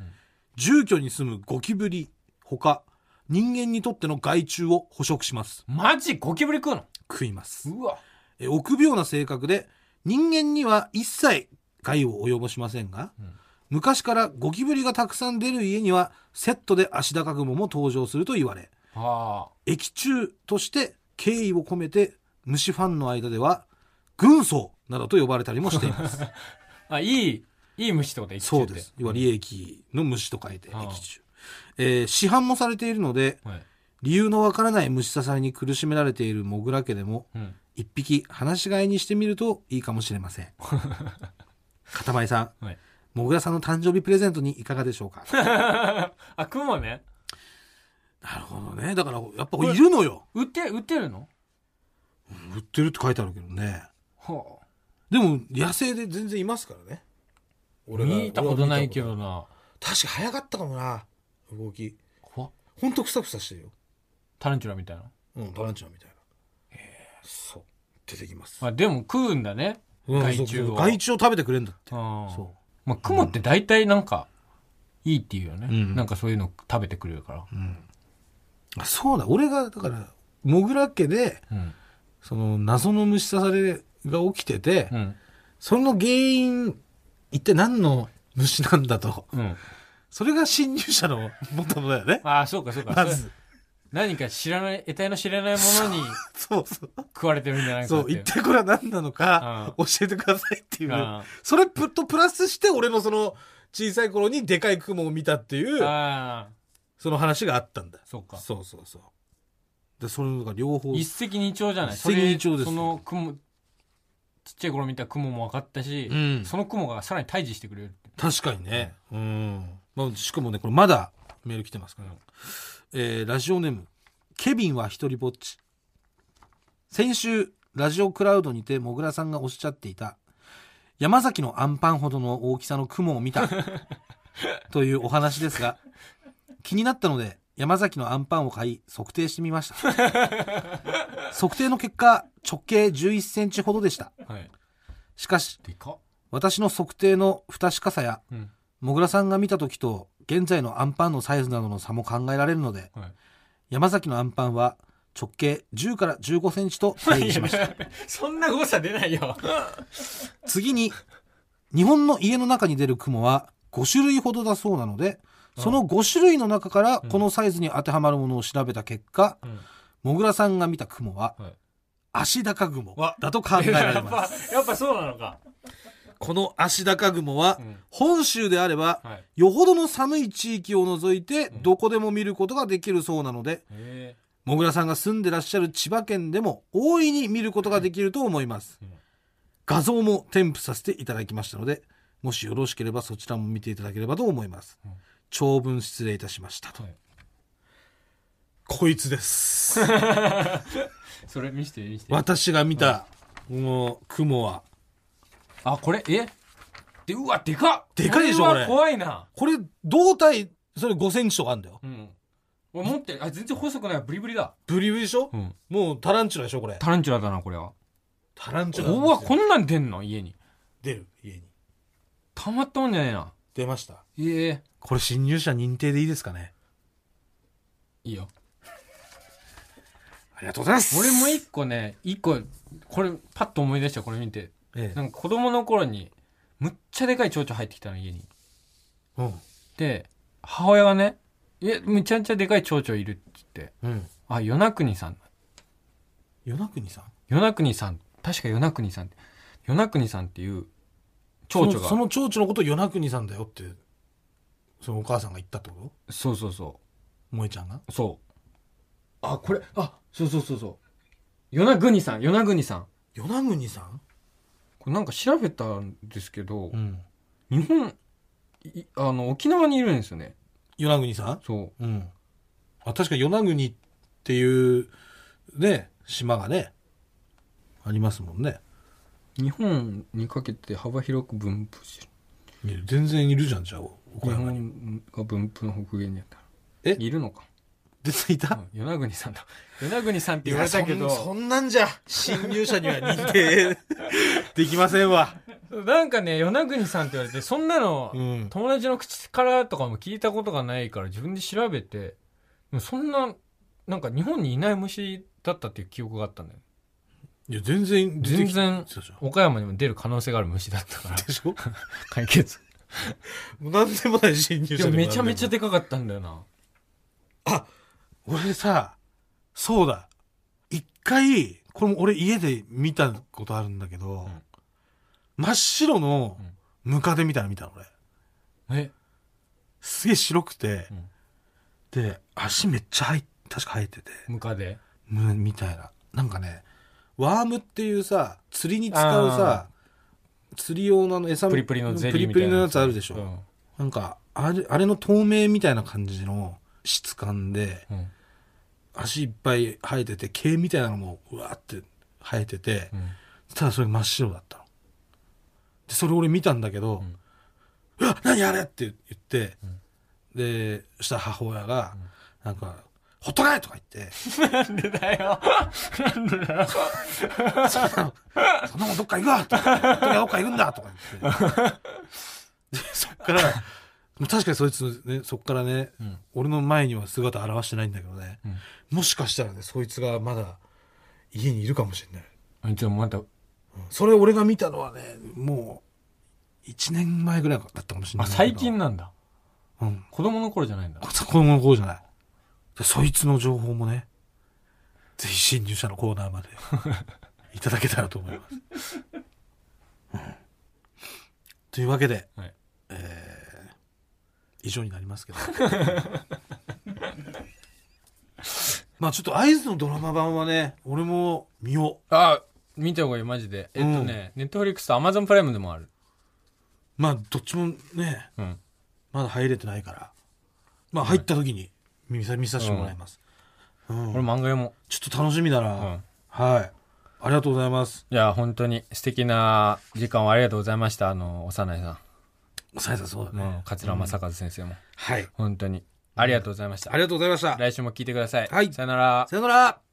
Speaker 2: 住居に住むゴキブリ、ほか、人間にとっての害虫を捕食します。
Speaker 1: マジゴキブリ食うの
Speaker 2: 食います。
Speaker 1: うわ。
Speaker 2: え臆病な性格で人間には一切害を及ぼしませんが、
Speaker 1: ん
Speaker 2: 昔からゴキブリがたくさん出る家にはセットでアシダカグモも登場すると言われ
Speaker 1: は
Speaker 2: 液中として敬意を込めて虫ファンの間では軍曹などと呼ばれたりもして います
Speaker 1: あ。あ、いい、いい虫ってこと生きて
Speaker 2: そ
Speaker 1: る
Speaker 2: う
Speaker 1: って
Speaker 2: です要は利益の虫と書いて
Speaker 1: うん
Speaker 2: 液中、えー市販もされているので
Speaker 1: はい。
Speaker 2: 理由のわからない虫刺されに苦しめられているモグラ家でも
Speaker 1: うん。
Speaker 2: 一匹放し飼いにしてみるといいかもしれません。 かたまりさん、
Speaker 1: はい。
Speaker 2: もぐらさんの誕生日プレゼントにいかがでしょうか な
Speaker 1: あ、雲ね。
Speaker 2: るほどね。だから、やっぱいるのよ。
Speaker 1: 売って、売ってるの
Speaker 2: 売ってるって書いてあるけどね。
Speaker 1: は
Speaker 2: でも、野生で全然いますからね。俺が
Speaker 1: 見たことないけ。
Speaker 2: 俺は
Speaker 1: どな
Speaker 2: 見たこと確か早かったかもな、動き。
Speaker 1: 怖っ
Speaker 2: ほんとふさふさしてるよ。
Speaker 1: タランチュラみたいな、
Speaker 2: うん、タランチュラみたいな。そう。出てきます。
Speaker 1: まあ、でも食うんだね
Speaker 2: うん
Speaker 1: 害虫
Speaker 2: そうそ
Speaker 1: を
Speaker 2: う害虫を食べてくれんだって。
Speaker 1: あー
Speaker 2: そ
Speaker 1: まあ、雲って大体なんかいいっていうよね、
Speaker 2: うん
Speaker 1: なんかそういうの食べてくれるから、
Speaker 2: あそうだ、俺が、だから、モグラ家で、
Speaker 1: うん
Speaker 2: その、謎の虫刺されが起きてて、
Speaker 1: うん
Speaker 2: その原因、一体何の虫なんだと。
Speaker 1: うん、。
Speaker 2: それが侵入者の元だよね
Speaker 1: ああそうかそうか
Speaker 2: ま
Speaker 1: そ
Speaker 2: ず
Speaker 1: れ。何か知らない得体の知らないもの に
Speaker 2: そうそう。
Speaker 1: 食われてるんじゃないか
Speaker 2: そ
Speaker 1: っ
Speaker 2: う、
Speaker 1: てい
Speaker 2: 一体これは何なのか、教えてくださいっていう
Speaker 1: ああ。
Speaker 2: それプとプラスして、俺のその、小さい頃にでかい雲を見たっていう、
Speaker 1: ああ
Speaker 2: その話があったんだ。
Speaker 1: そうか
Speaker 2: そうそうそう。で、それが両方。
Speaker 1: 一石二鳥じゃない
Speaker 2: 一石二鳥です
Speaker 1: それその雲ちっちゃい頃見た雲も分かったし、
Speaker 2: うん
Speaker 1: その雲がさらに退治してくれるって
Speaker 2: 確かにね。うん。まあ、しかもね、これまだメール来てますから。えーラジオネーム、ケビンは一人ぼっち。先週、ラジオクラウドにて、もぐらさんがおっしゃっていた、山崎のアンパンほどの大きさの雲を見た、というお話ですが、気になったので、山崎のアンパンを買い、測定してみました。測定の結果、直径11センチほどでした。
Speaker 1: はい
Speaker 2: しかし、
Speaker 1: でかっ
Speaker 2: 私の測定の不確かさや、
Speaker 1: うん
Speaker 2: もぐらさんが見た時と現在のアンパンのサイズなどの差も考えられるので
Speaker 1: はい
Speaker 2: 山崎のアンパンは直径10から15センチと定義しました
Speaker 1: そんな誤差出ないよ
Speaker 2: 次に日本の家の中に出る雲は5種類ほどだそうなのでその5種類の中からこのサイズに当てはまるものを調べた結果、
Speaker 1: うん
Speaker 2: もぐらさんが見た雲は
Speaker 1: はい
Speaker 2: 足高雲
Speaker 1: わ
Speaker 2: だと考えられます
Speaker 1: やっぱそうなのか、
Speaker 2: この足高雲は
Speaker 1: うん
Speaker 2: 本州であれば
Speaker 1: はい
Speaker 2: よほどの寒い地域を除いてどこでも見ることができるそうなので、
Speaker 1: へ
Speaker 2: もぐらさんが住んでらっしゃる千葉県でも大いに見ることができると思います
Speaker 1: うん。
Speaker 2: 画像も添付させていただきましたので、もしよろしければそちらも見ていただければと思います
Speaker 1: うん。
Speaker 2: 長文失礼いたしました
Speaker 1: え
Speaker 2: と。
Speaker 1: はい、
Speaker 2: こいつです。
Speaker 1: それ見して見して
Speaker 2: 私が見た、この雲は。
Speaker 1: あこれえでうわでかっ
Speaker 2: でかいでしょ
Speaker 1: これは
Speaker 2: これ
Speaker 1: 怖いな
Speaker 2: これ、胴体、それ5センチとかあるんだよ。
Speaker 1: うん俺持ってるあ全然細くないブリブリだ
Speaker 2: ブリブリでしょ、
Speaker 1: ん
Speaker 2: もうタランチュラでしょこれ。
Speaker 1: タランチュラだなこれは
Speaker 2: タランチュラなん
Speaker 1: う
Speaker 2: ですよ
Speaker 1: わこんなん出んの家に
Speaker 2: 出る、家に。
Speaker 1: たまったもんじゃねえな
Speaker 2: 出ました。
Speaker 1: ええ
Speaker 2: これ侵入者認定でいいですかね
Speaker 1: いいよ
Speaker 2: ありがとうございます
Speaker 1: 俺も一個ね一個これパッと思い出したこれ見て
Speaker 2: ええ
Speaker 1: なんか子供の頃にむっちゃでかい蝶々入ってきたの家に
Speaker 2: うん。
Speaker 1: で母親がね「えむちゃむちゃでかい蝶々いる」って言って
Speaker 2: うん。
Speaker 1: 「あ与那国さん
Speaker 2: 与那国さん
Speaker 1: 与那国さん確か与那国さん与那国さんっていう蝶々
Speaker 2: その
Speaker 1: が
Speaker 2: そ
Speaker 1: そ
Speaker 2: の蝶々のことを与那国さんだよってそのお母さんが言ったってこ
Speaker 1: うそうそ
Speaker 2: と萌ちゃんが
Speaker 1: うそうあこれあそうそうそうそう与那国さん与那国さん
Speaker 2: 与那国さん
Speaker 1: これなんか調べたんですけど、
Speaker 2: ん
Speaker 1: 日本いあの沖縄にいるんですよね
Speaker 2: 与那国さん
Speaker 1: そう
Speaker 2: うんあ確か与那国っていうね島がねありますもんね
Speaker 1: 日本にかけて幅広く分布してる
Speaker 2: いや全然いるじゃんじゃあ岡
Speaker 1: 日
Speaker 2: 山に
Speaker 1: 本が分布の北限にあった
Speaker 2: え
Speaker 1: いるのか
Speaker 2: 出ていた
Speaker 1: 与那国さんだ 与那国さんって言われたけ
Speaker 2: いやそんそ
Speaker 1: ど
Speaker 2: んなんじゃ侵入者には認定 できませんわ
Speaker 1: なんかね与那国さんって言われてそんなの
Speaker 2: うん
Speaker 1: 友達の口からとかも聞いたことがないから自分で調べてでもそんななんか日本にいない虫だったっていう記憶があったんだよ
Speaker 2: いや全然出て
Speaker 1: 全
Speaker 2: きて
Speaker 1: 然
Speaker 2: たじゃん
Speaker 1: 岡山にも出る可能性がある虫だった から
Speaker 2: でしょ
Speaker 1: 解決
Speaker 2: もう何でもない侵入
Speaker 1: で
Speaker 2: 者
Speaker 1: も
Speaker 2: に
Speaker 1: めちゃめちゃ
Speaker 2: で
Speaker 1: でかかったんだよな
Speaker 2: 俺さそうだ一回これも俺家で見たことあるんだけど、
Speaker 1: ん
Speaker 2: 真っ白の
Speaker 1: うん
Speaker 2: ムカデみたいなの見たの俺
Speaker 1: え
Speaker 2: すげえ白くて、
Speaker 1: うん
Speaker 2: で足めっちゃ入っ確か生えてて
Speaker 1: ムカデ
Speaker 2: むみたいななんかねワームっていうさ釣りに使うさ釣り用のあの餌
Speaker 1: プリプリのゼリーみた
Speaker 2: プリプ
Speaker 1: い
Speaker 2: リの
Speaker 1: な
Speaker 2: やつあるでしょ、
Speaker 1: うん
Speaker 2: なんかあれあれの透明みたいな感じの質感で
Speaker 1: うん
Speaker 2: 足いっぱい生えてて毛みたいなのもうわーって生えてて、
Speaker 1: うん
Speaker 2: ただそれ真っ白だったのでそれ俺見たんだけど「うわ何あれ!」って言って、でそしたら母親がなんか「ほっとけ!」とか言って
Speaker 1: なんでだよ。なんでだよ。
Speaker 2: 「そんなのそんなもんどっか行くわ!」とか「ほっとけどっか行くんだ!」とか言ってでそっから確かにそいつ、ね、そっからね、
Speaker 1: ん
Speaker 2: 俺の前には姿現してないんだけどね、もしかしたらねそいつがまだ家にいるかもしれない。
Speaker 1: ちょ、また、
Speaker 2: それ俺が見たのはね、もう、1年前ぐらいだったかもしれな
Speaker 1: あ、
Speaker 2: い。
Speaker 1: 最近なんだ。
Speaker 2: うん。
Speaker 1: 子供の頃じゃないんだ。
Speaker 2: 子供の頃じゃない。でそいつの情報もね、ぜひ侵入者のコーナ ーまでいただけたらと思います。うんというわけで、
Speaker 1: はい
Speaker 2: えー以上になりま すけど。まあちょっと合図のドラマ版はね、俺も見よう。
Speaker 1: あ、見た方がいい、マジで。えっとね、ネットフリックスとアマゾンプライムでもある。
Speaker 2: まあどっちもね、
Speaker 1: うん。
Speaker 2: まだ入れてないから。まあ入った時に見さ見させてもらいます。うん
Speaker 1: 俺漫画読も
Speaker 2: ちょっと楽しみだな、
Speaker 1: う。うん。
Speaker 2: はい。ありがとうございます。
Speaker 1: いや、本当に素敵な時間をありがとうございました。あの、幼いさ
Speaker 2: さえさんそうだ
Speaker 1: ん。うん。桂正和先生も。
Speaker 2: はい。
Speaker 1: 本当に。ありがとうございました。
Speaker 2: ありがとうございました。
Speaker 1: 来週も聞いてください。
Speaker 2: はい
Speaker 1: さよなら。
Speaker 2: さよなら